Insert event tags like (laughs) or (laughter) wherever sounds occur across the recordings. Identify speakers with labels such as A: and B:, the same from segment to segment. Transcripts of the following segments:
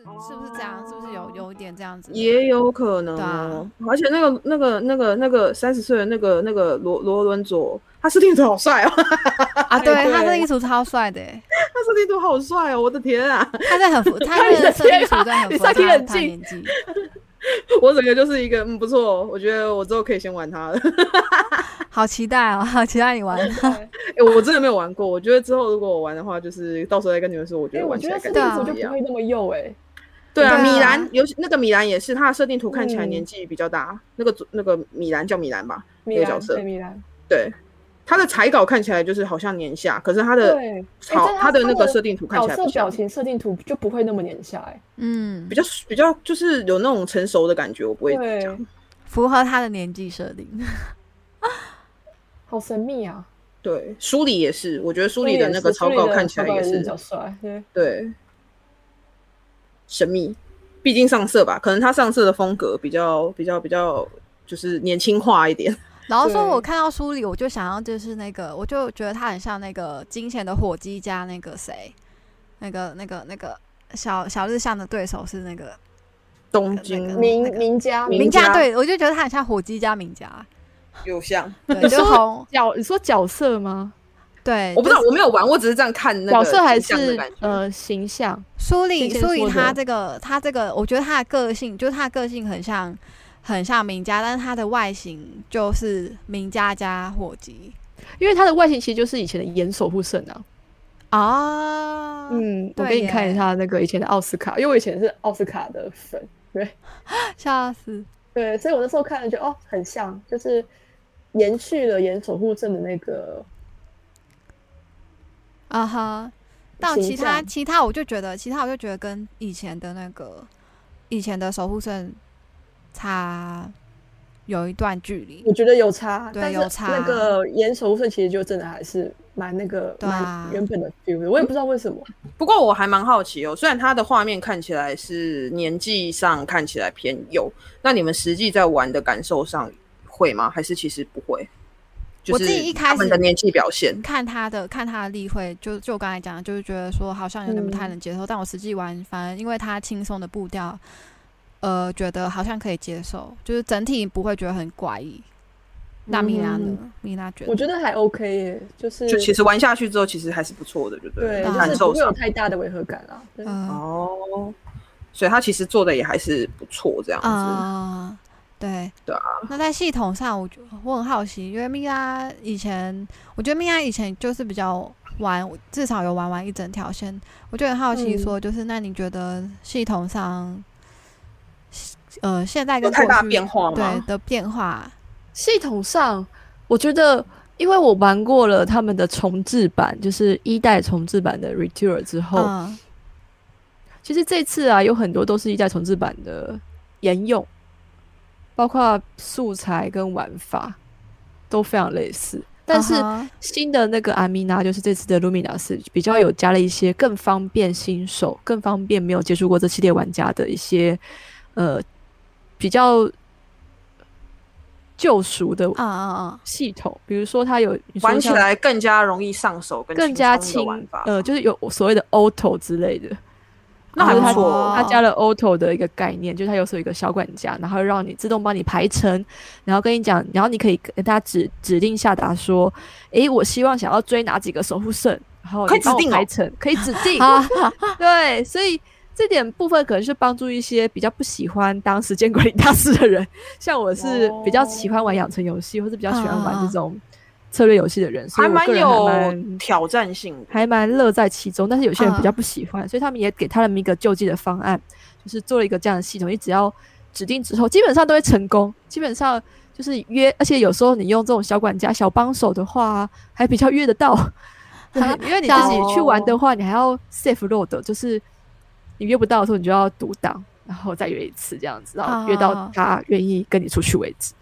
A: 是不是是不是这样？是不是有有一点这样子？
B: 也有可能、哦
A: 对啊。
B: 而且那个、那个、那个、那个三十岁的那个、那个罗罗伦佐，他设定图好帅哦， (laughs)
A: 啊，对，
B: 对
A: 他那个图超帅的耶，欸
B: 他设定图好帅哦，我的天啊！
A: 他在很符，他那
B: (laughs)
A: 个设定图在很符合
B: 你上去
A: 他
B: 冷
A: 他
B: 静
A: 年纪。
B: 我整个就是一个嗯不错，我觉得我之后可以先玩他了。 (laughs)
A: 好期待哦，好期待你玩。
B: 哎、我真的没有玩过，我觉得之后如果我玩的话，就是到时候再跟你们说，我觉
C: 哎、
B: 得
C: 我
B: 玩起
C: 觉
B: 来
C: 得设
B: 感
C: 定
B: 觉
C: 组
B: 怎
C: 就
B: 么
C: 不
B: 样。
C: 会那么幼哎、欸，
B: 对啊，
A: 对啊
B: 米兰尤其那个米兰也是，他的设定图看起来
C: 嗯
B: 年纪比较大，那个那个米兰叫米兰吧，
C: 米
B: 那个
C: 兰
B: 角色
C: 对米兰，
B: 对。他的彩稿看起来就是好像年下，可是他的
C: 对，欸
B: 草、
C: 但是
B: 他
C: 他
B: 的那
C: 他
B: 个
C: 的
B: 设定图看
C: 角
B: 起来
C: 色
B: 不像
C: 表情设定图就不会那么年下哎、
A: 嗯
B: 比，较比较就是有那种成熟的感觉，我不会
C: 对
B: 讲。，
A: 符合他的年纪设定。 (laughs)
C: 好神秘啊。
B: 对，书里也是，我觉得书
C: 书
B: 里的那个草稿看起来也
C: 是
B: 是
C: 比较帅，对，
B: 对神秘，毕竟上色吧，可能他上色的风格比较比较比较就是年轻化一点。
A: 然后说，
C: 对
A: 我看到书里，我就想要就是那个，我就觉得他很像那个金钱的火鸡加那个谁，那个那个那个小小日向的对手是那个
B: 东
A: 那
B: 京
A: 个
C: 名名家
B: 嗯名
A: 名
B: 家
A: 家，对我就觉得他很像火鸡加
B: (laughs)
A: 名家，
B: 有像，
A: 对，就
C: 说
A: 红，
C: 角，你说角色吗？
A: 对，
B: 我不知道
A: 就，是
B: 我没有玩，我只是这样看那
C: 角
B: 个
C: 色还
B: 形象的
C: 是
B: 感觉
C: 呃形象？
A: 梳理
C: 之前
A: 梳理
C: 说
A: 他
C: 的
A: 这个他这个，我觉得他的个性，就是他的个性很像很像名家，但是他的外形就是名家加火鸡
C: 因为他的外形其实就是以前的岩守护圣啊。
A: (laughs) 啊，
C: 嗯，我
A: 对
C: 给你看
A: 耶
C: 一下那个以前的奥斯卡，因为我以前是奥斯卡的粉，
A: 笑死，
C: 对，所以我那时候看了就哦，很像，就是延续了岩守护圣的那个
A: 啊哈，到
C: 形
A: 其他
C: 象
A: 其他我就觉得，其他我就觉得跟以前的那个以前的守护圣差有一段距离。
C: 我觉得有差，
A: 对
C: 但是
A: 有差
C: 那个岩手顺其实就真的还是蛮那个
A: 对
C: 蛮、
A: 啊
C: 原本的 feel 的，我也不知道为什么。
B: 不过我还蛮好奇哦，虽然它的画面看起来是年纪上看起来偏幼，那你们实际在玩的感受上会吗？还是其实不会？就
A: 我
B: 是
A: 自己一开
B: 他们的
A: 始
B: 年纪表现，
A: 看他的看他的例会，就就我刚才讲的，就是觉得说好像有点不
B: 嗯
A: 太能接受，但我实际玩，反而因为他轻松的步调，呃，觉得好像可以接受，就是整体不会觉得很怪异。那米
C: 啊
A: 拉呢？
B: 嗯
A: 米拉觉
C: 嗯我
A: 得
C: 觉得还 OK 耶，就是
B: 就其实玩下去之后，其实还是不错的，就对
C: 对，
B: 了，
A: 啊
C: 就
B: 感
C: 是不
B: 受
C: 会有
B: 上
C: 太大的违和感啊。对
A: 呃
B: 哦，所以他其实做的也还是不错，这样子。
A: 啊、对
B: 对啊。
A: 那在系统上，我觉我很好奇，因为米拉以前，我觉得米拉以前就是比较玩，至少有玩完一整条线。我就很好奇
C: 嗯
A: 说，就是、那你觉得系统上，呃，现在
B: 有
A: 跟
B: 太大
A: 过去
B: 变化
A: 对
B: 吗？
A: 的变化，
C: 系统上，我觉得因为我玩过了他们的重置版，就是一代重置版的 Return 之后，
A: 嗯
C: 其实这次啊有很多都是一代重置版的沿用，包括素材跟玩法都非常类似，但是。
A: 啊哈
C: 新的那个阿米娜，就是这次的 Lumina 是比较有加了一些更方便新手、更方便没有接触过这系列玩家的一些呃比较救赎的
A: 啊啊啊，
C: 系统，比如说它有你说
B: 玩起
C: 像
B: 来更加容易上手，跟
C: 更加
B: 轻松
C: 轻
B: 的玩法，
C: 呃，就是有所谓的 Auto 之类的，
B: 那还
C: 就是
B: 不
C: 它
B: 错
A: 哦，
B: 哦。
C: 它加了 auto 的一个概念，就是它有时候有一个小管家，然后让你自动帮你排程，然后跟你讲，然后你可以跟他指指定下达说，诶，我希望想要追哪几个守护圣，然后
B: 可以
C: 你帮我
B: 指定哦
C: 排程，可以指
B: (laughs)
C: 定
A: 啊
C: 对，所以这点部分可能是帮助一些比较不喜欢当时间管理大师的人，像我是比较喜欢玩
B: 哦
C: 养成游戏，或是比较喜欢玩这种策略游戏的人，所
B: 还
C: 以我
B: 蛮
C: 个人还蛮
B: 有挑战性的，
C: 还蛮乐在其中，但是有些人
A: 嗯
C: 比较不喜欢，所以他们也给他们一个救济的方案，就是做了一个这样的系统，你只要指定之后，基本上都会成功，基本上就是约，而且有时候你用这种小管家、小帮手的话，还比较约得到， (laughs) 对因为你自己去玩的话，你还要 safe load，就是你约不到的时候，你就要独挡，然后再约一次这样子，然
A: 好
C: 后约到
A: 好
C: 他愿意跟你出去为止。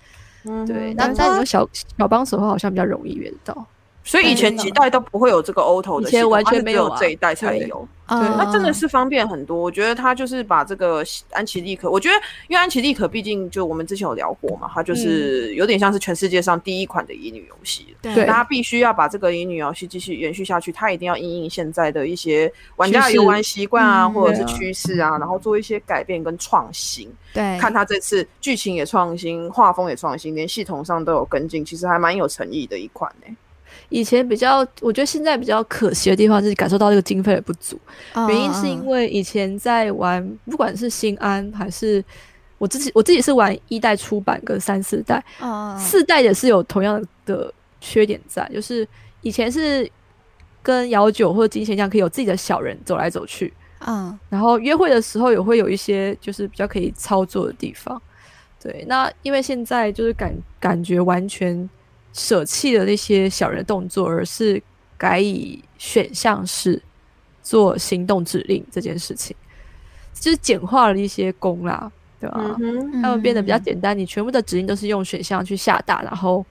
B: 嗯
C: 对，
B: 哼
C: 那
A: 难
C: 但
A: 怪
C: 你有小小帮手的话，好像比较容易约得到。
B: 所以以前几代都不会有这个 auto 的
C: 以
B: 系
C: 前
B: 统，
C: 完全
B: 它是
C: 没
B: 只
C: 有
B: 有
C: 啊
B: 这一代才
C: 对
B: 有。
C: 对
B: 那真的
A: 嗯
B: 是方便很多。我觉得他就是把这个安琪丽可，我觉得因为安琪丽可毕竟就我们之前有聊过嘛，它就是有点像是全世界上第一款的乙女游戏了。
A: 对
C: 嗯对
B: 那它必须要把这个乙女游戏继续延续下去，它一定要因应现在的一些玩家的
C: 趋势
B: 游玩习惯啊，
A: 嗯
B: 或者是
C: 对啊
B: 趋势啊，然后做一些改变跟创新。
A: 对，
B: 看他这次剧情也创新，画风也创新，连系统上都有跟进，其实还蛮有诚意的一款呢、
C: 以前比较，我觉得现在比较可惜的地方是感受到这个经费的不足，原因是因
A: 嗯
C: 为以前在玩，不管是新安还是我自己，我自己是玩一代出版跟三四代，
A: 嗯嗯
C: 四代也是有同样的缺点在，就是以前是跟姚九或者金钱一样，可以有自己的小人走来走去，
A: 嗯
C: 然后约会的时候也会有一些就是比较可以操作的地方。对，那因为现在就是感感觉完全舍弃了那些小人动作，而是改以选项式做行动指令这件事情，就是简化了一些功啦，对
B: 啊
C: 吧、
B: 哼，
A: 嗯
C: 他们变得比较
A: 嗯
C: 简单，你全部的指令都是用选项去下达，然后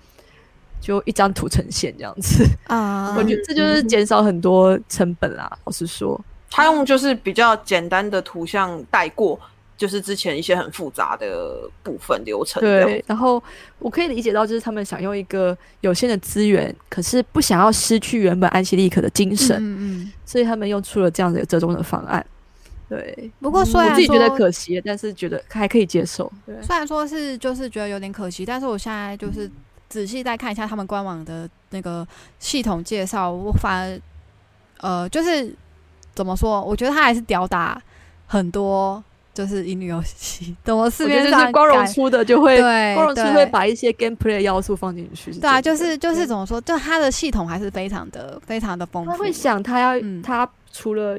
C: 就一张图呈现这样子。
A: 啊，
C: (laughs) 我觉得这就是减少很多成本啦，老实说。
B: 他用就是比较简单的图像带过，就是之前一些很复杂的部分流程。
C: 对，，然后我可以理解到，就是他们想用一个有限的资源，可是不想要失去原本安西利可的精神，
A: 嗯嗯嗯。
C: 所以他们用出了这样的折中的方案。对，
A: 不过虽
C: 我
A: 然
C: 自己觉得
A: 说
C: 可惜，但是觉得还可以接受。对，
A: 虽然说是就是觉得有点可惜，但是我现在就是仔细再看一下他们官网的那个系统介绍，我反而呃就是怎么说，我觉得他还是吊打很多就是乙女游戏，怎么市
C: 我觉
A: 面
C: 得就
A: 上
C: 是光荣
A: 改
C: 出的就会，
A: 对
C: 光荣出
A: 对
C: 会把一些 gameplay 的要素放进去。
A: 对啊，
C: 真
A: 就
C: 的
A: 是就是怎么说，就他的系统还是非常的非常的丰富，
C: 他会想他要、
A: 嗯
C: 他除了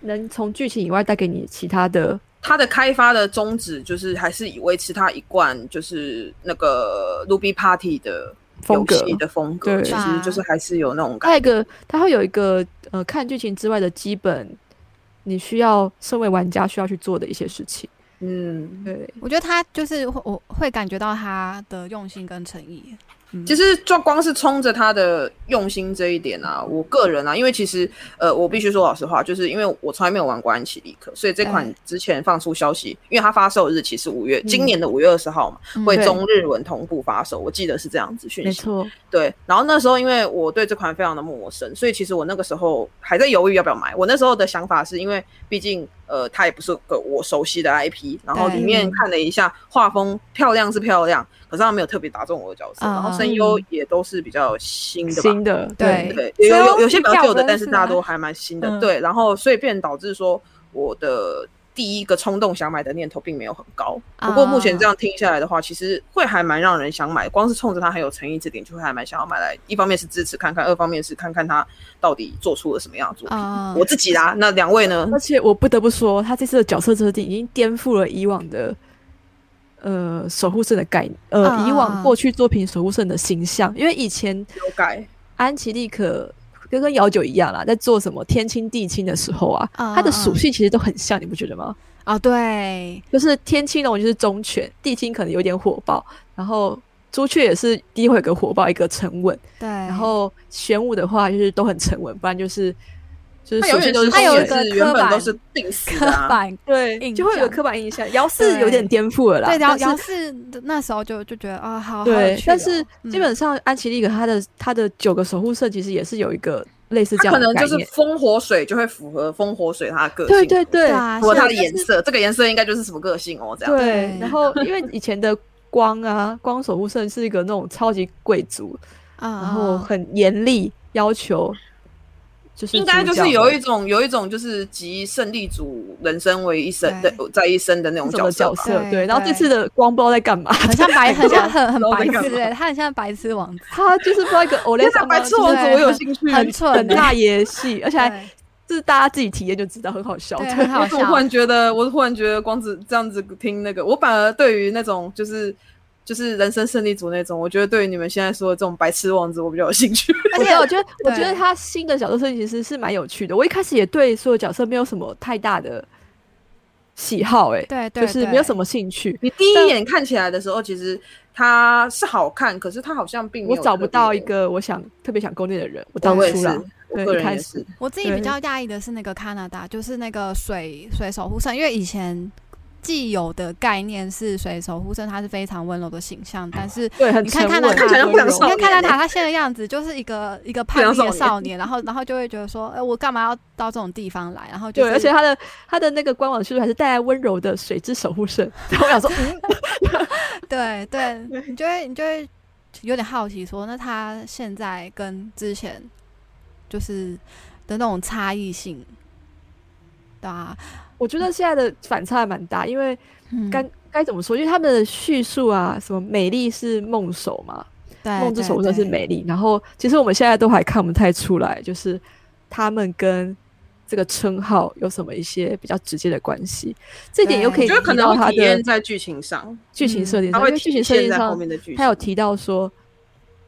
C: 能从剧情以外带给你其他的
B: 它的开发的宗旨就是还是以维持它一贯就是那个 Ruby Party 的
C: 风格
B: 游戏的风格，
C: 对啊
B: 其实就是还是有那种
C: 它
B: 感
C: 有一个，它会有一个呃，看剧情之外的基本，你需要身为玩家需要去做的一些事情。
B: 嗯。
C: 对，
A: 我觉得他就是会我会感觉到他的用心跟诚意，嗯
B: 其实就光是冲着他的用心这一点啊，我个人啊，因为其实呃，我必须说老实话，就是因为我从来没有玩过安琪丽可，所以这款
A: 对
B: 之前放出消息，因为它发售日期是五
C: 嗯
B: 月，今年的五月二十号嘛，会
A: 嗯
C: 对
B: 中日文同步发售，我记得是这样子讯
C: 没
B: 息。
C: 错，
B: 对，然后那时候因为我对这款非常的陌生，所以其实我那个时候还在犹豫要不要买。我那时候的想法是因为，毕竟呃，它也不是个我熟悉的 IP，然后
A: 对
B: 里面看了一下，画风漂亮是漂亮，可是它没有特别打中我的角色，
A: 嗯
B: 然后声优也都是比较新的吧。
C: 新的
A: 对
B: 对，
A: 所
B: 有
A: 以
B: 有
A: 我
B: 有有些比较旧的
A: 比较，
B: 但是大
A: 分是
B: 多
A: 啊
B: 还蛮新的。
A: 嗯
B: 对，然后所以便导致说我的第一个冲动想买的念头并没有很高。不过目前
C: 哦
B: 这样听下来的话，其实会还蛮让人想买。光是冲着它很有诚意这点，就会还蛮想要买来。一方面是支持看看，二方面是看看它到底做出了什么样的
C: 哦
B: 作品。
A: 啊，
B: 我自己啦，那两位呢？
C: 而且我不得不说，他这次的角色设定已经颠覆了以往的呃守护圣的概念，呃，
A: 嗯嗯
C: 以往
A: 嗯
C: 过去作品守护圣的形象，因为以前
B: 修改
C: 安琪丽可。跟跟姚九一样啦，在做什么天亲地亲的时候啊，
A: 嗯
C: 它的
A: 嗯
C: 属
A: 嗯
C: 性其实都很像，你不觉得吗？
A: 啊，对，
C: 就是天青龙就是忠犬，地青可能有点火爆，然后朱雀也是第一会有个火爆，一个沉稳，
A: 对，
C: 然
A: 然
C: 后玄武的话就是都很沉稳，不然就是就是
B: 它永
C: 属
B: 远
C: 性都
B: 是
C: 是
A: 它有一个
B: 是原
A: 刻
B: 本
A: 板
B: 都是定死
A: 刻
B: 的、
A: (laughs)
B: 啊。
A: 板，
C: 对，
A: 印
C: 就会有
A: 象
C: 个刻板印象。姚四有点颠覆了啦，
A: 对，姚
C: 啊但是
A: 姚氏那时候就就觉得啊，好好有
C: 对，
A: 趣
C: 但
A: 哦
C: 是基
A: 嗯
C: 本上安琪丽可她的她的九个守护圣其实也是有一个类似这
B: 它
C: 样
B: 可
C: 的
B: 能
C: 概
B: 就是
C: 念，
B: 风火水就会符合风火水它的个性，
C: 对对对
A: 对啊，
B: 符合
A: 是
B: 它
A: 啊
B: 的颜色，这个颜色应该就是什么个性哦，这样。
C: 对
A: 对，
C: 然后因为以前的光啊，光守护圣是一个那种超级贵族，
A: 啊，
C: 然后
A: 啊
C: 很严厉要求，就是
B: 应该就
C: 主
B: 是
C: 角们
B: 有一种有一种就是集胜利组人生为一身的
A: 对
B: 在一身的那
C: 这
B: 种
C: 种
B: 角
C: 的
B: 色
C: 角
B: 吧。
C: 色，
A: 对
C: 对。然后这
A: 对
C: 次的光不知道在干嘛，
A: 很像白，很像很很
B: 不知道
A: 白
B: 在干
A: 痴
B: 嘛
A: 哎，他很像白痴王
C: (laughs)
A: 子，
C: (laughs) 他就是不知道一个偶
B: 天
C: 像
B: 哪，
C: 上班
B: 白痴王子，我
C: (laughs)
B: 有兴趣。
A: 很蠢
C: 很
A: 欸，
C: 大爷戏，而且还
A: 对
C: 就是大家自己体验就知道，很好笑。
A: 对，
C: 对
B: (laughs)
A: 很好
B: 我怎么
A: 笑
B: 忽，然觉得，我忽然觉得光子这样子听那个，我反而对于那种就是就是人生胜利组那种，我觉得对于你们现在说的这种白痴王子，我比较有兴趣。
C: 而且我觉得，我觉得
A: 对
C: 他新的角色设计其实是蛮有趣的。我一开始也对所有角色没有什么太大的喜好、欸，
A: 对对，
C: 就是没有什
A: 么。
C: 么兴趣。
B: (laughs) 你第一眼看起来的时候，其实它是好看，可是它好像并没
C: 我
B: 有
C: 找不
B: 特别
C: 到一，个我想特别想攻略的人，我当
B: 我也
C: 初
B: 是
C: 啦，，
B: 我
C: 对
B: 个
C: 一
B: 人
C: 开
B: 也
C: 始
B: 是，
A: 我自己比
C: 对
A: 较讶异的是那个加拿大，就是那个水水守护圣，因为以前既有的概念是水守护圣，它是非常温柔的形象，但
C: (laughs)
A: 是
C: 对，很
A: 你看
C: 沉
A: 看
C: 稳
A: 到他
B: 看起来
C: 温
B: 不想
C: 柔
B: 上
A: 你看看到
B: 少年欸
A: 塔他现在的样子，就是一个一个
C: 啊
A: 叛逆的少年，然后然后就会觉得说，哎、我干嘛要到这种地方来？然后就
C: 对，
A: 是
C: 而且他的他的那个官网叙述还是带来温柔的水之守护神， (laughs) 然后我想说，嗯，
A: 对对，
C: (laughs)
A: 你就会你就会有点好奇说，那他现在跟之前就是的那种差异性，对啊，
C: 我觉得现在的反差还蛮大，因为
A: 嗯
C: 该该怎么说？因为他们的叙述啊，什么美丽是梦手嘛，
A: 对
C: 梦之
A: 对
C: 守护神是
A: 对
C: 美丽，然后其实我们现在都还看不太出来，就是他们跟。这个称号有什么一些比较直接的关系？这一点又可
A: 对
C: 以
B: 我觉得可
C: 提
B: 能
C: 到
B: 会
C: 他
B: 体验
C: 的
B: 在剧情上，
C: 剧情设定
B: 它
C: 上，
B: 会
C: 因为剧情
B: 体
C: 设
B: 现
C: 定
B: 在后
C: 上
B: 面的剧情。
C: 他有提到说，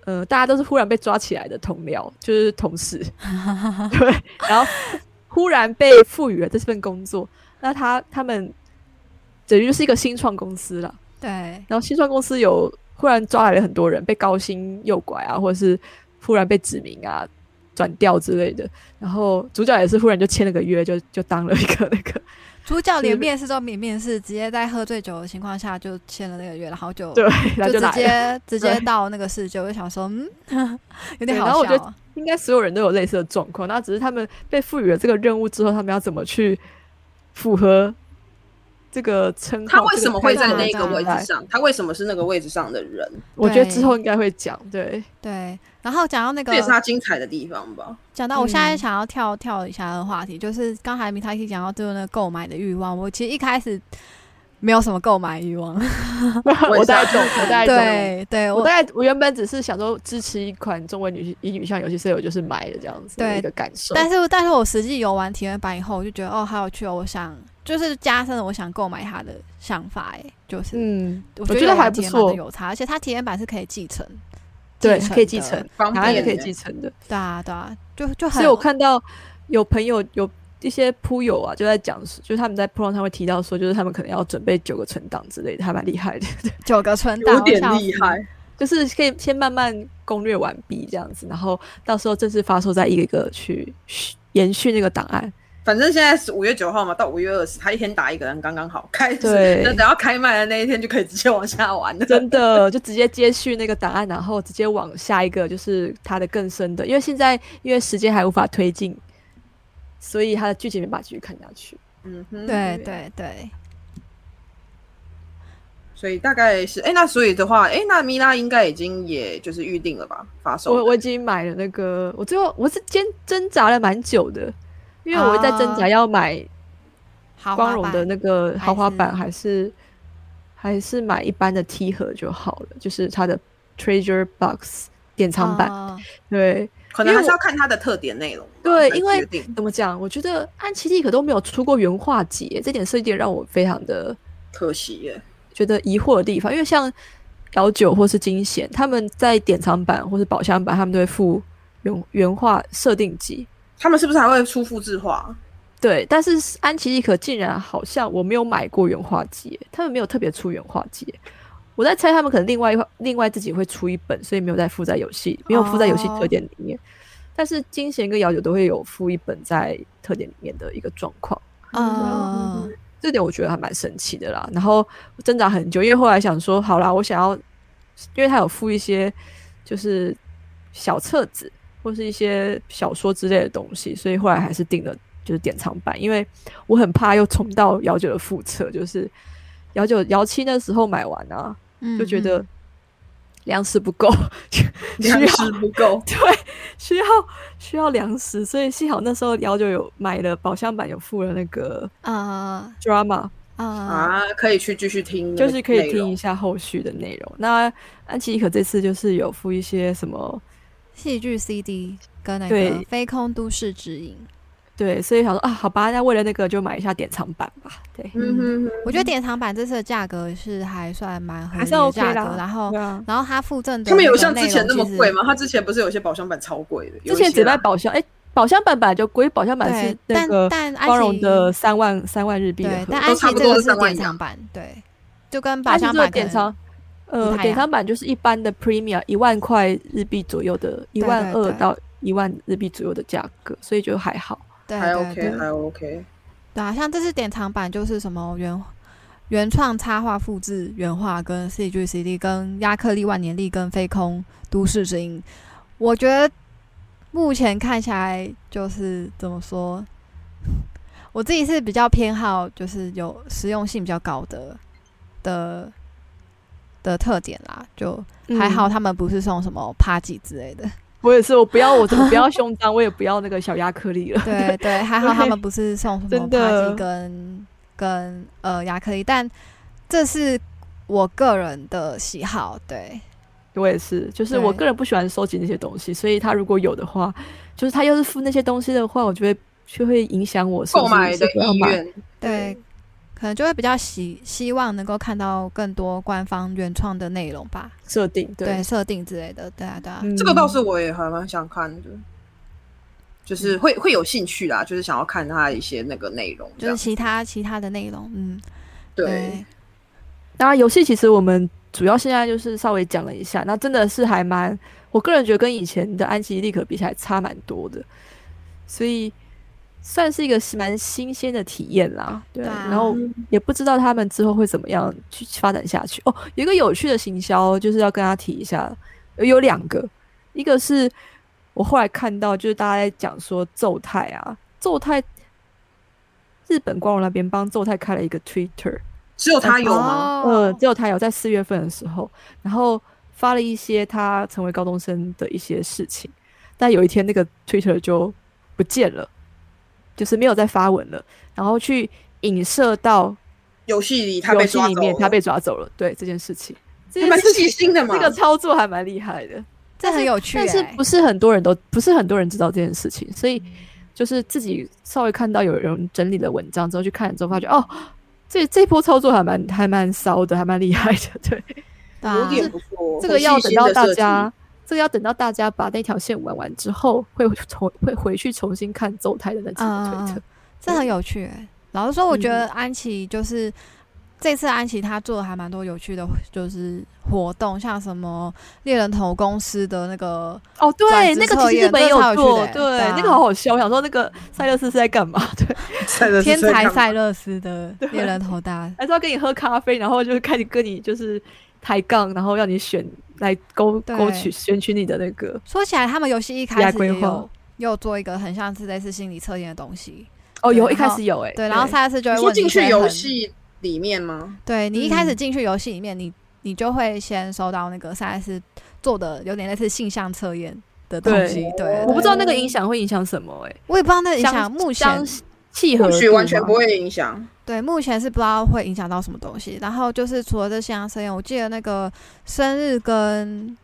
C: 呃，大家都是忽然被抓起来的同僚，就是
B: (laughs)
C: 同事，对，然后忽然被赋予了这份工作，那他他们等于就是一个新创公司了，
A: 对
C: 然后新创公司有忽然抓来了很多人，被高薪诱拐啊，或者是忽然被指名啊。转调之类的，然后主角也是忽然就签了个约，就就当了一个那个 (laughs)
A: 主角
C: 就是
A: 连面试都没面试，直接在喝醉酒的情况下就签了那个约，然后就
C: 对，然后
A: 就
C: 来
A: 直
C: 了 (laughs)
A: 接直接
C: 对
A: 到那个世界，我就想说，嗯， (laughs) 有
C: 对
A: 点好
C: 然后我
A: 笑
C: 觉
A: 啊。
C: 应该所有人都有类似的状况，那只是他们被赋予了这个任务之后，他们要怎么去符合这个称号？
B: 他为什么会在
C: 这
B: 那
C: 开
B: 个
C: 场
B: 位
C: 来
B: 置？上？他为什么是那个位置上的人？
C: 我觉得
A: 对
C: 之后应该会讲，对，
B: (laughs)
A: 对，然后讲到那个
B: 这也是他精彩的地方吧。
A: 讲到我现在
C: 嗯
A: 想要跳跳一下的话题，就是刚才米塔奇讲到就是那个购买的欲望，我其实一开始没有什么购买欲望，
B: 我也
C: 我
B: 是
C: 大
B: 啊
C: 概懂，我大概懂。
A: 对对，
C: 我
A: 我
C: 大概我原本只是想说支持一款中文女以女向游戏，所以我就是买了这样子的
A: 对
C: 一个感受。嗯
A: 但是但是我实际游玩体验版以后，我就觉得哦好有趣哦，我想就是加深了我想购买它的想法，哎，就是、
C: 嗯，
A: 我
C: 觉得
A: 游玩
C: 还不
A: 体验版的
C: 错
A: 有差，而且它体验版是可以继承，
C: 对，
A: 承
C: 可以继
A: 的
C: 承，
B: 方
C: 答案
B: 便
C: 是可以
B: 欸
C: 继承的。
A: 对啊对啊，就就
C: 所
A: 很
C: 以我看到有朋友有一些铺友啊，就在讲，就是他们在铺浪上会提到说，就是他们可能要准备九个存档之类的，还蛮厉害的，
A: 九个存档，
B: 有点
A: 我笑
B: 厉
A: 死
B: 害，
C: 就是可以先慢慢攻略完毕这样子，然后到时候正式发售再一个一个去续延续那个档案。
B: 反正现在是五月九号嘛，到五月二十，他一天打一个人刚刚好。开始，
C: 对
B: 那等到开卖的那一天就可以直接往下玩了。
C: 真的 (laughs) 就直接接续那个档案，然后直接往下一个就是它的更深的，因为现在因为时间还无法推进，所以它的剧情没办法继续看下去。
B: 嗯哼，
A: 对对对，
B: 所以大概是，哎、那所以的话，哎、那米拉应该已经也就是预定了吧，发售的。
C: 我我已经买了那个，我最后我是先挣扎了蛮久的，因为我在挣扎
A: 啊
C: 要买
A: 好
C: 光
A: 滑
C: 荣
A: 板
C: 的那个豪华
A: 还是
C: 版，还是还是买一般的 T 盒就好了，就是它的 Treasure Box 典藏版。
A: 哦
C: 对，
B: 可能还是
C: 因为我
B: 要看它的特点内容吧。
C: 对
B: 来
C: 因为
B: 决定
C: 怎么讲？我觉得安琪丽可都没有出过原画集，这点是一点让我非常的
B: 可惜耶，
C: 觉得疑惑的地方，因为像姚九或是金贤，他们在典藏版或是宝箱版，他们都会附原原画设定集。
B: 他们是不是还会出复制化？
C: 对，但是安琪丽可竟然好像我没有买过原画集，他们没有特别出原画集。我在猜他们可能另外一块另外自己会出一本，所以没有再附在游戏，没有附在游戏特点里面。但是金贤跟姚九都会有附一本在特点里面的一个状况。
A: 嗯，
C: 这点我觉得还蛮神奇的啦。然后我挣扎很久，因为后来想说，好啦，我想要，因为他有附一些就是小册子或是一些小说之类的东西，所以后来还是定了就是典藏版，因为我很怕又重到姚九的副册，就是姚九姚七那时候买完啊，
A: 嗯
C: 就觉
A: 嗯
C: 得粮食不够， (laughs)
A: (laughs)
C: 需要
B: 粮食不
C: (laughs)
B: 够，
C: 需要需要粮食，所以幸好那时候姚九有买了宝箱版，有附了那个
A: 啊
C: drama。
A: 啊！
B: 啊，可以去继续听，
C: 就是可以听一。下后续的内容。那安琪丽可这次就是有附一些什么
A: 戏剧 CD 跟那个
C: 对
A: 《飞空都市指引》，
C: 对，所以想说啊，好吧，那为了那个就买一下典藏版吧。对，
B: 嗯哼
A: 我觉得典藏版这次的价格是还算蛮合
C: 还
A: 理
C: 算
A: 的
C: OK
A: 价
C: 啦
A: 格，然后
C: 对啊，
A: 然后它附赠的
B: 嗯他们有
A: 那个
B: 像
A: 内
B: 之前
A: 容
B: 那么
A: 其实
B: 贵吗？他之前不是有些宝箱版超贵的，有
C: 之
B: 一些啊
C: 前只卖
B: 啦
C: 宝箱，哎、宝箱版本来就贵，宝箱版是
A: 对，
C: 那
A: 但
C: 个
A: 但安
C: 光荣
A: 琪
C: 的三万三万日币的
A: 对
C: 盒，
A: 但
B: 都
A: 安
B: 差
A: 琪
B: 不
A: 这
B: 多
A: 个
B: 是三
A: 是
B: 万
A: 典
B: 一
A: 藏版，对，就跟宝
C: 它就
A: 箱
C: 是这
A: 版
C: 个典
A: 可能
C: 藏，呃
A: 不，太一
C: 典
A: 样
C: 藏版就是一般的 Premium 一万块日币左右的，一
A: 对
C: 万
A: 对
C: 二
A: 对
C: 到一万日币左右的价格，所以就还好。
A: 对
B: 还
A: 对
B: OK，
A: 对
B: 还 OK。
A: 对啊，像这次典藏版就是什么原原创插画复制原画跟 CG CD 跟亚克力万年历跟飞空都市之音，我觉得目前看起来就是怎么说，我自己是比较偏好就是有实用性比较高的的的特点啦，就还好
C: 嗯，
A: 他们不是送什么 party 之类的，
C: 我也是，我不要我真的不要胸章，我也不要那个小亚克力了。
A: (laughs) 对对，还好他
C: 对
A: 们不是送什么
C: 真的
A: party 跟跟呃亚克力，但这是我个人的喜好，对
C: 我也是，就是我
A: 对
C: 个人不喜欢收集那些东西，所以他如果有的话，就是他要是付那些东西的话，我觉得就会影响我是不
B: 购
C: 是
B: 买的
C: 是不是要
B: 意
C: 买。
B: 愿，
A: 对，可能就会比较希希望能够看到更多官方原创的内容吧，
C: 设定，
A: 对设定之类的，对啊对啊，
C: 嗯
B: 这个倒是我也还蛮想看的，就是会会有兴趣啦，就是想要看它一些那个内容这
A: 就
B: 样，
A: 是其他其他的内容，嗯，
B: 对，
A: 对
C: 当然，游戏其实我们主要现在就是稍微讲了一下，那真的是还蛮，我个人觉得跟以前的安琪丽可比起来差蛮多的，所以算是一个蛮新鲜的体验啦。对，
A: 对啊
C: 然后也不知道他们之后会怎么样去发展下去。哦，有一个有趣的行销，就是要跟大家提一下，有有两个，一个是我后来看到，就是大家在讲说奏太啊，奏太。日本光荣那边帮奏太开了一个 Twitter，
B: 只有它有吗？
C: 呃，
A: 哦
C: 只有他有在四月份的时候，然后发了一些他成为高中生的一些事情，但有一天那个 Twitter 就不见了，就是没有再发文了，然后去影射到
B: 游戏里他
C: 游
B: 被
C: 戏
B: 抓
C: 里
B: 走
C: 面
B: 了，
C: 他被抓走了，对这件事情，这
B: 还
C: 件
B: 蛮
C: 事
B: 细
C: 情
B: 心的嘛
C: 这。个操作还蛮厉害的，
A: 这很有趣欸，
C: 但是不是很多人都不是很多人知道这件事情，所以就是自己稍微看到有人整理了文章之后去看了之后，发觉哦，这这波操作还蛮还蛮骚的，还蛮厉害的， (laughs) 对。
A: 对啊
B: 有点不错，
C: 这个要
B: 很细
C: 等
B: 心
C: 到
B: 的
C: 大
B: 设计
C: 家，这个要等到大家把那条线玩完之后，会重会回去重新看周台的那几个推
A: 嗯
C: 特。
A: 这很有趣、欸。老实说，我觉
C: 嗯
A: 得安琪就是、这次安琪她做的还蛮多有趣的，就是活动，像什么猎人头公司的那个，
C: 哦，对，
A: 转职
C: 那个
A: 测
C: 其实
A: 验
C: 日本
A: 这
C: 也
A: 个超有趣
C: 做，
A: 的欸
C: 对
A: 对啊，
C: 那个好好笑。我想说，那个塞勒斯是在干嘛？ (laughs) 对，
B: 真的是
A: 天
B: 这
A: 才
B: 样
A: 赛勒斯的猎人头大，
C: 还是要跟你喝咖啡，然后就是开始跟你就是抬杠，然后让你选来勾
A: 对
C: 勾取选取你的那个。
A: 说起来他们游戏一
C: 职
A: 开
C: 业
A: 始
C: 规
A: 也
C: 划
A: 有又做一个很像是类似心理测验的东西，
C: 哦，
A: 对
C: 有
A: 然
C: 一开
A: 后
C: 始有哎，
A: 对，然后赛勒斯就
B: 你
A: 会
B: 说
A: 问你
B: 进
A: 一些
B: 去游
A: 很，
B: 戏里面吗？
A: 对你一开始
C: 嗯
A: 进去游戏里面，你你就会先收到那个赛勒斯做的有点类似性向测验的东
C: 对
A: 西，对，
C: 我不知道那个
A: 对
C: 影响会影响什么哎，
A: 我也不知道那个影
C: 相
A: 响目前
C: 相契合
B: 或许完
C: 度
B: 全
C: 吗
A: 哦
B: 不会影响。
A: 对，目前是不知道会影响到什么东西。然后就是除了这些测验，我记得那个生日跟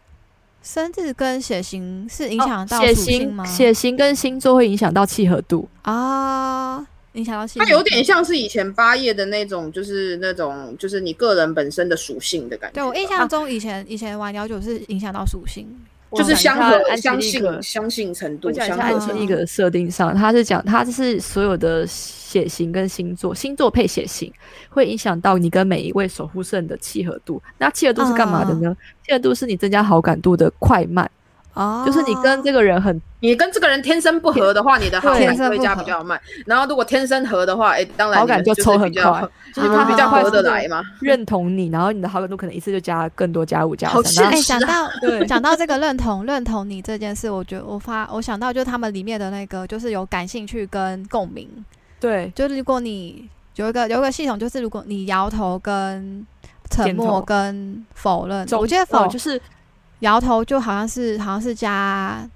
A: 生日跟血型是影
C: 哦
A: 响到
C: 血
A: 属性吗
C: 型，？血型跟星座会影响到契合度。
A: 啊、影响到性
B: 它
A: 吗。
B: 有点像是以前八叶的那种，就是那种就是你个人本身的属性的感觉
A: 对
B: 吧。
A: 我印
C: 啊
A: 象中以前、以前玩幺九是影响到属性，
B: 就是相
C: 我讲一下
B: 合、
C: 安吉
B: 相
C: 丽克
B: 信、相信程度
C: 我。讲一
B: 相
C: 下
B: 合
C: 安
A: 琪
C: 琪
B: 程
C: 丽
B: 度
C: 格的设定上，它是讲它是所有的血型跟星座，星座配血型会影响到你跟每一位守护圣的契合度。那契合度是干嘛的
A: 嗯
C: 呢？契合度是你增加好感度的快慢，
A: 哦，
C: 就是你跟这个人很
B: 你跟这个人天生不合的话，你的好
A: 天
B: 感
A: 生
B: 就会
A: 不
B: 加
A: 合
B: 比较慢。然后如果天生合的话，哎，当然
C: 好
B: 你们
C: 感就
B: 就是
C: 抽很
B: 比较
C: 快 (laughs) 嗯
B: 合，
C: 就是
B: 你们
C: 他
B: 比较
C: 很快
B: 合
C: 速
B: 得
C: 地
B: 来嘛。
C: 认同你，然后你的好感度可能一次就加更多，加五加
B: 好
A: 哎、
C: 三。然后
B: 现实
A: 想
B: 啊
A: 到
C: (laughs) 对
A: 讲到这个认同认同你这件事，我觉得我发我想到就是他们里面的那个就是有感兴趣跟共鸣，
C: 对
A: 就是如果你有一个有一个系统，就是如果你摇头跟沉
C: 点
A: 默
C: 头
A: 跟否认，
C: 总
A: 我觉得
C: 哦
A: 否
C: 就
A: 就是摇
C: 嗯
A: 头就好像是好像是加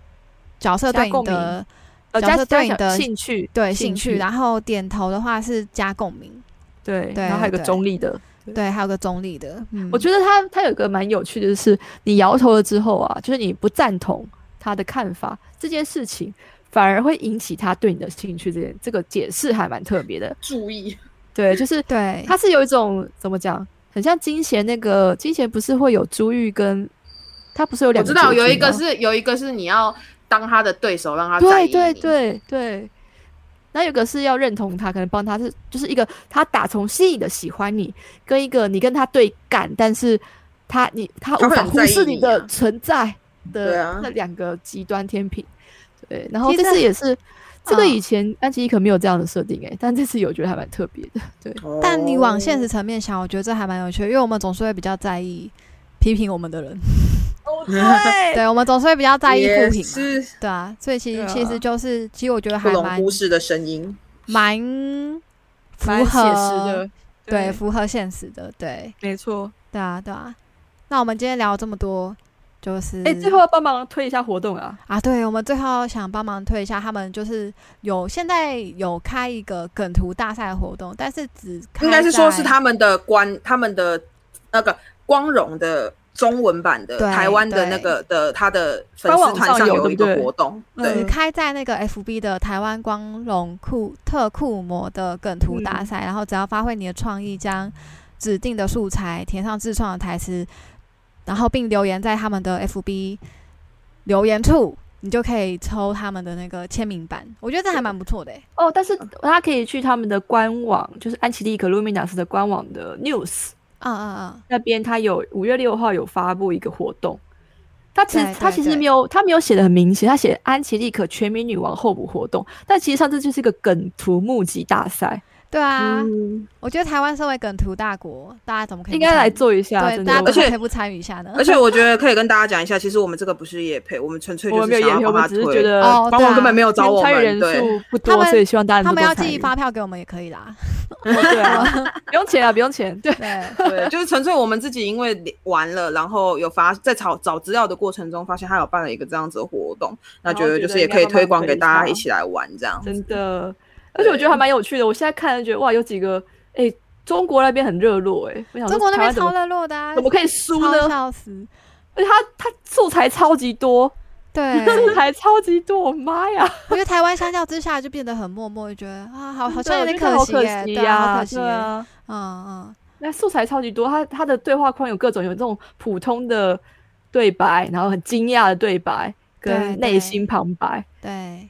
A: 角色
C: 加
A: 对你
C: 共鸣
A: 的
C: 呃
A: 假
C: 加
A: 设
C: 加
A: 对你的
C: 兴趣
A: 对兴趣，然后点头的话是加共鸣，
C: 对，
A: 对
C: 然后还有个
A: 对
C: 中立的，
A: 对，还有个中立的，嗯，
C: 我觉得他他有一个蛮有趣的，就是你摇头了之后啊，就是你不赞同他的看法这件事情，反而会引起他对你的兴趣。这件这个解释还蛮特别的，
B: 注意，
C: 对，就是
A: (laughs) 对，
C: 他是有一种怎么讲，很像金贤那个金贤不是会有珠玉跟他不是有
B: 我
C: 两个
B: 知
C: 结局
B: 道
C: 吗，
B: 有一个是有一个是你要当他的对手，让他在
C: 对
B: 意
C: 对
B: 你，
C: 对对。那有个是要认同他，可能帮他是就是一个他打从心里的喜欢你，跟一个你跟他对干，但是他你他
B: 他
C: 无
B: 会
C: 法
B: 很
C: 忽
B: 在
C: 视
B: 意
C: 你
B: 你
C: 的
B: 啊
C: 存在
B: 对
C: 的
B: 啊
C: 那两个极端天平。对，然后
A: 其
C: 这
A: 实
C: 次也是这个
A: 嗯
C: 以前安吉可没有这样的设定哎、但这次有觉得还蛮特 (laughs) 别的。
B: 哦
A: 但你往现实层面想，我觉得这还蛮有趣的，因为我们总是会比较在意批评我们的
C: (laughs)
A: 人，
C: 哦，
A: 对我们总是会比较在意
B: 也
A: 互评嘛，
B: 是
A: 对啊，所以其实
C: 对啊
A: 其实就是，其实我觉得
B: 不
A: 还
B: 容
A: 蛮
B: 忽视的声音，
A: 蛮符
C: 蛮写实
A: 合
C: 的，
A: 对，符合现实的，对
C: 没错。
A: 对啊对啊。那我们今天聊这么多，就是
C: 哎、最后要帮忙推一下活动啊！
A: 啊，对，我们最后想帮忙推一下，他们就是有现在有开一个梗图大赛活动，但是只开
B: 应该是说
A: 在
B: 是他们的官，他们的那个光荣的中文版的
A: 对
B: 台湾的
A: 对
B: 那个的他的粉
C: 官
B: 丝
C: 网
B: 团
C: 上
B: 上
C: 有
B: 有一
C: 对不
B: 个
C: 对
B: 活动，
C: 嗯
A: 只
B: 对，
A: 呃开在那个 FB 的台湾光荣酷特酷模的梗图大赛，
B: 嗯
A: 然后只要发挥你的创意，将指定的素材填上自创的台词，然后并留言在他们的 FB 留言处，你就可以抽他们的那个签名版。我觉得这还蛮不错的、欸。
C: 哦，但是大家可以去他们的官网，就是安琪丽可露米纳斯的官网的 news
A: 嗯嗯嗯，
C: 那边，他有五月六号有发布一个活动。他其实
A: 对
C: 他
A: 对
C: 其实
A: 对
C: 没有他没有写的很明显，他写安琪丽可全民女王候补活动，但其实上这就是一个梗图募集大赛，
A: 对啊，
B: 嗯
A: 我觉得台湾身为梗图大国，大家怎么可以
C: 应
A: 不
C: 该来
A: 参与
C: 做一下。
A: 对，
C: 真
A: 大家怎
C: 的，
A: 么
B: 而且
A: 可以不参与一下呢？
C: (laughs)
B: 而且我觉得可以跟大家讲一下，其实我们这个不是夜配，我们纯粹就
C: 我们没有
B: 想
C: 演，
B: 要
C: 我
B: 帮
C: 们
B: 他
C: 只是
B: 推
C: 觉得
A: 哦
B: 官网
A: 对啊
B: 呃根本没有找我
C: 参与人
B: 们，对，
C: 数不
A: 他
C: 多，
A: 们
C: 所以希望大家
A: 他
C: 能够
A: 们要
C: 参
A: 寄
C: 与
A: 发票给我们也可以啦。
C: 哦对啊， (laughs) 不用钱啊，不用钱，对。
A: 对，
B: 对， (laughs) 就是纯粹我们自己因为玩了，然后有发在找找资料的过程中，发现他有办了一个这样子的活动，那
C: 然后
B: 觉得
C: 觉
B: 就是
C: 得
B: 也
C: 应该
B: 可以
C: 慢慢
B: 推广
C: 推
B: 给
C: 一
B: 大家
C: 下
B: 一起来玩这样。
C: 真的，而且我觉得还蛮有趣的。我现在看就觉得哇，有几个哎、中国那边很热络哎、我 (laughs) 想说
A: 中国那
C: 台
A: 边
C: 湾怎么
A: 超热络的、啊，
C: 怎么可以输
A: 超
C: 呢？
A: 笑死！
C: 而且他他素材超级多， (laughs)
A: 对，
C: 素材超级多，我妈呀！
A: 我觉得台湾相较之下就变得很默默，就觉得啊，好好像有
C: 真
A: 点
C: 的我
A: 可惜
C: 觉得
A: 耶，
C: 好可惜
A: 对啊，好可惜耶，
C: 对啊。
A: 嗯嗯，
C: 那素材超级多，他他的对话框有各种有这种普通的对白，然后很惊讶的对白，
A: 对
C: 跟内
A: 对
C: 心旁白，
A: 对，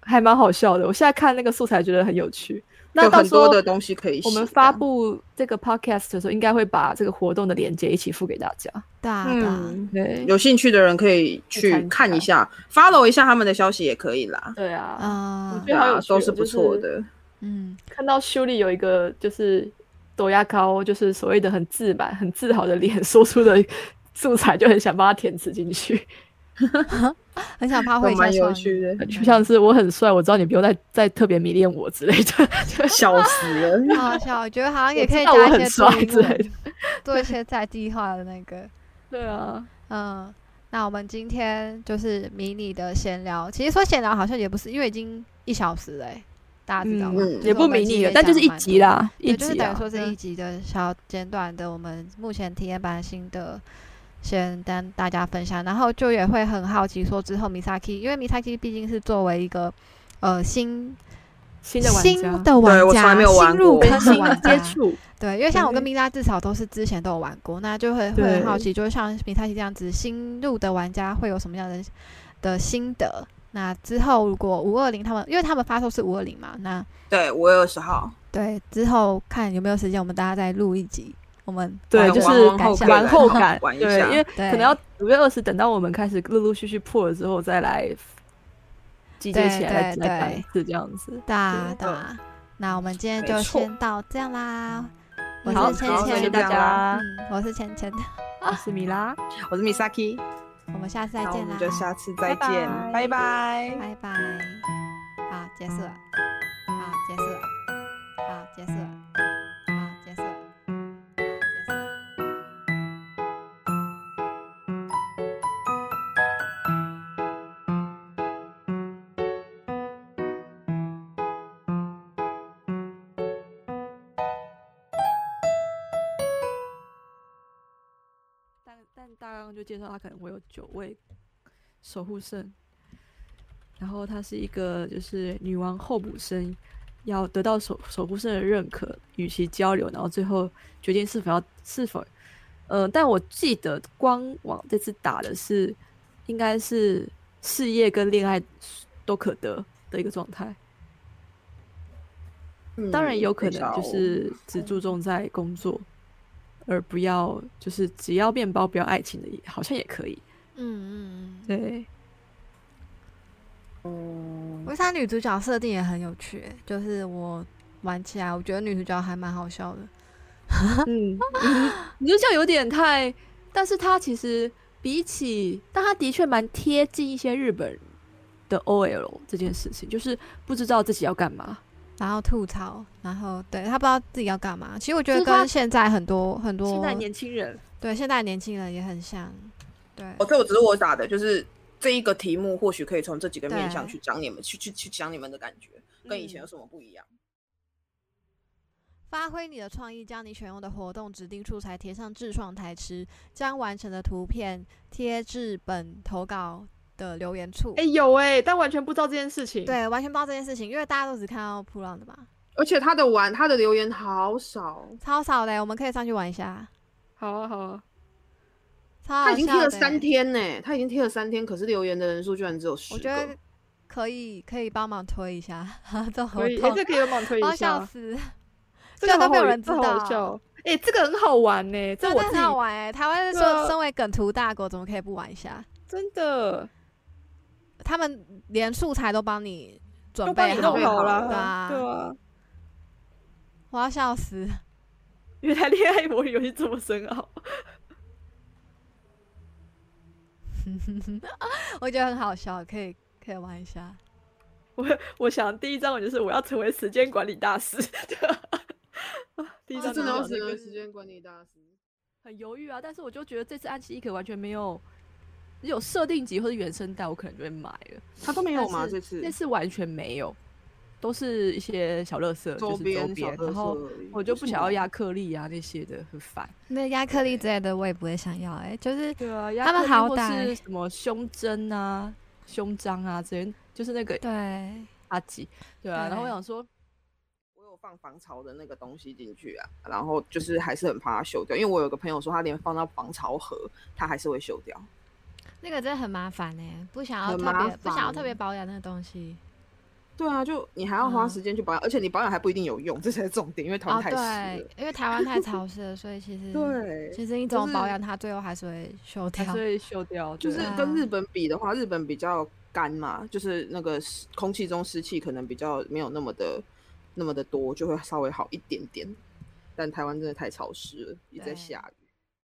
C: 还蛮好笑的。我现在看那个素材觉得很有趣。那
B: 有
C: 到
B: 很
C: 时候
B: 多的东西可以写
C: 我
B: 的。
C: 们发布这个 podcast 的时候，应该会把这个活动的链接一起付给大家。
A: 对啊，对啊，
B: 嗯，
C: 对，
B: 有兴趣的人可以去看一下，follow 一下他们的消息也可以啦。
C: 对啊，我
A: 啊
C: 觉，
B: 对
C: 得好
B: 啊
C: 有，趣哦
B: 都是不错的。
A: 嗯，
C: 看到修丽有一个就是抖牙膏，就是所谓的很自满、很自豪的脸，说出的素材就很想帮他填词进去，
A: 很想发
B: 都
A: 挥一下
B: 蛮有
A: 创
B: 趣
A: 意。
B: 的，
C: 就像是我很帅，我知道你不用再再特别迷恋我之类的， (laughs)
B: 笑死了。
A: 很好笑，我觉得好像也
C: 我
A: 可以
C: 知道我
A: 加一
C: 很
A: 些
C: 帅
A: 注
C: 之
A: 音
C: 类的
A: 文，。做一些在地化的那个，
C: 对啊，
A: 嗯，那我们今天就是迷你的闲聊，其实说闲聊好像也不是，因为已经一小时了欸，大家知道吗？
B: 嗯
C: 也不迷你了，但就是一集
A: 啦。
C: 啦，一
A: 对，就是
C: 集
A: 等
C: 啊
A: 于，说是一集的小简短的，我们目前体验版新的，先跟大家分享，然后就也会很好奇说之后 Misaki，因为 Misaki 毕竟是作为一个呃新
C: 新的玩
A: 啊新
C: 家。
A: 的玩家，
B: 对我从来没有玩
A: 新入
B: 过
A: 坑的
C: 新
A: 玩
C: 接
A: 家，
C: 触，
A: 对，因为像我跟
C: 对
A: 米拉至少都是之前都有玩过，那就会会
C: 对
A: 很好奇，就是像米太奇这样子新入的玩家会有什么样的的心得？那之后如果五二零他们，因为他们发售是五二零嘛，那
B: 对，五月二十号，
A: 对，之后看有没有时间，我们大家再录一集。我们
C: 对，
B: 玩
C: 就
B: 玩
C: 是
B: 玩
A: 后
B: 可以
C: 玩
B: 来
C: 后
B: 玩
C: 感，
B: 玩一
C: 对，
B: 下
C: 因为
A: 对
C: 可能要五月二十，等到我们开始陆陆续续破了之后，再来集结
A: 对
C: 起来
A: 对
C: 来来
A: 对
C: 谈是这样子。
A: 大
B: 对
A: 大。那我们今天
B: 没
A: 就
B: 错
A: 先到这样啦。我
C: 好，
A: 是
B: 谢
A: 芊
B: 好
C: 谢
A: 芊，
C: 谢
B: 就
C: 大
B: 这样啦
C: 家，
A: 嗯，我是芊芊，
C: 我是米拉，
B: 我是 Misaki，
A: 我们下次再
B: 那我
A: 见
B: 们
A: 啦，
B: 就下次再
C: 拜
B: 见，
C: 拜
B: 拜拜。
A: 拜拜。好，结束了，好，结束了，好，结束了，好，结束了，好，结束了。
C: 但但大纲就介绍他可能会有九位守护圣，然后她是一个就是女王候补生，要得到守守护圣的认可，与其交流，然后最后决定是否要是否，呃，但我记得官网这次打的是应该是事业跟恋爱都可得的一个状态。
B: 嗯
C: 当然也有可
B: 等一下
C: 能
B: 哦
C: 就是只注重在工作，而不要就是只要面包不要爱情的也，好像也可以。
A: 嗯嗯嗯，
C: 对，
B: 嗯
A: 我觉得她女主角设定也很有趣欸，就是我玩起来，我觉得女主角还蛮好笑的。
C: 嗯，你就像有点太，但是他其实比起，但他的确蛮贴近一些日本的 OL 这件事情，就是不知道自己要干嘛。
A: 然后吐槽，然后对他不知道自己要干嘛。其实我觉得
C: 就是他
A: 跟现在很多很多
C: 现在年轻人，
A: 对现在年轻人也很像，对
B: 哦，这我只是我打的，就是这一个题目，或许可以从这几个面向
A: 对
B: 去讲你们，去去去讲你们的感觉，跟以前
C: 嗯
B: 有什么不一样？
A: 发挥你的创意，将你选用的活动指定素材贴上自创台词，将完成的图片贴至本投稿的留言处。
C: 哎、有哎、但完全不知道这件事情。，
A: 对，完全不知道这件事情，因为大家都只看到扑浪的嘛，
B: 而且他的玩，他的留言好少，
A: 超少的欸，我们可以上去玩一下。
C: 好啊好啊，
A: 超好
B: 他已经
A: 笑
B: 贴了
A: 的欸
B: 三，天呢，他已经贴了三天，可是留言的人数居然只有十
A: 我觉
B: 个
A: 得。可以可以帮忙推一下， (laughs) 这好
C: 可以，哎、
A: 痛，
C: 这可以帮
A: (laughs)
C: 忙推
A: 好
C: 一
A: 哦笑
C: 下，
A: 死。
C: 这个
A: 虽然都
C: 很
A: 没有
C: 好
A: 人知
C: 这好
A: 道
C: 笑。哎、这个很好玩呢、这
A: 真
C: 我
A: 的
C: 自
A: 很
C: 己
A: 好玩哎、台湾人
C: 对啊
A: 说身为梗图大国，怎么可以不玩一下？
C: 真的
A: 他们连素材都帮你准
C: 都帮
A: 备
C: 你
B: 好
C: 弄
B: 了
C: 好
A: 对啊
C: 了，对啊。
A: 我要笑死！ (laughs)
C: 原来恋爱模拟游戏这么深奥，
A: 我觉得很好笑，可以可以玩一下。
C: 我想第一章我就是我要成为时间管理大师。 (laughs) 第一
A: 这
C: 章
A: 真的要
C: 要
A: 成为
B: 时间管理大师。
C: 啊很犹豫啊，但是我就觉得这次暗棋一可完全没有有设定集或者原声带，我可能就会买了。
B: 他都没有吗？
C: 但
B: 这
C: 是
B: 次
C: 这次完全没有，都是一些小乐色，就是周
B: 边
C: 边，
B: 小特
C: 然后
B: 色而已
C: 我就不想要
B: 为什么
C: 压克力啊那些的，很烦。
A: 那亚克力之类的我也不会想要哎、就是
C: 对啊，压
A: 他们
C: 克力
A: 好
C: 或
A: 歹
C: 是什么胸针啊、胸章啊之类，就是那个
A: 对
C: 阿吉，对啊。
A: 对
C: 然后我想说，
B: 我有放防潮的那个东西进去啊，然后就是还是很怕它锈掉，因为我有个朋友说他连放到防潮盒，它还是会锈掉。
A: 那个真的很麻烦哎、不想要
B: 很
A: 特
B: 麻
A: 别不想要
B: 烦
A: 特别保养那个东西。
B: 对啊，就你还要花
A: 嗯
B: 时间去保养，而且你保养还不一定有用，这才是重点，因为台
A: 哦
B: 湾，太湿
A: 对
B: 了。，
A: 因为台湾太潮湿了，所以其实
B: 对，
A: 其实你怎么
B: 就是
A: 保养它，最后还是会锈掉
C: 还是。会锈掉，
B: 就是
C: 对
A: 啊
B: 跟日本比的话，日本比较干嘛，就是那个湿空气中湿气可能比较没有那么的那么的多，就会稍微好一点点。但台湾真的太潮湿了，一直在
A: 对
B: 下雨。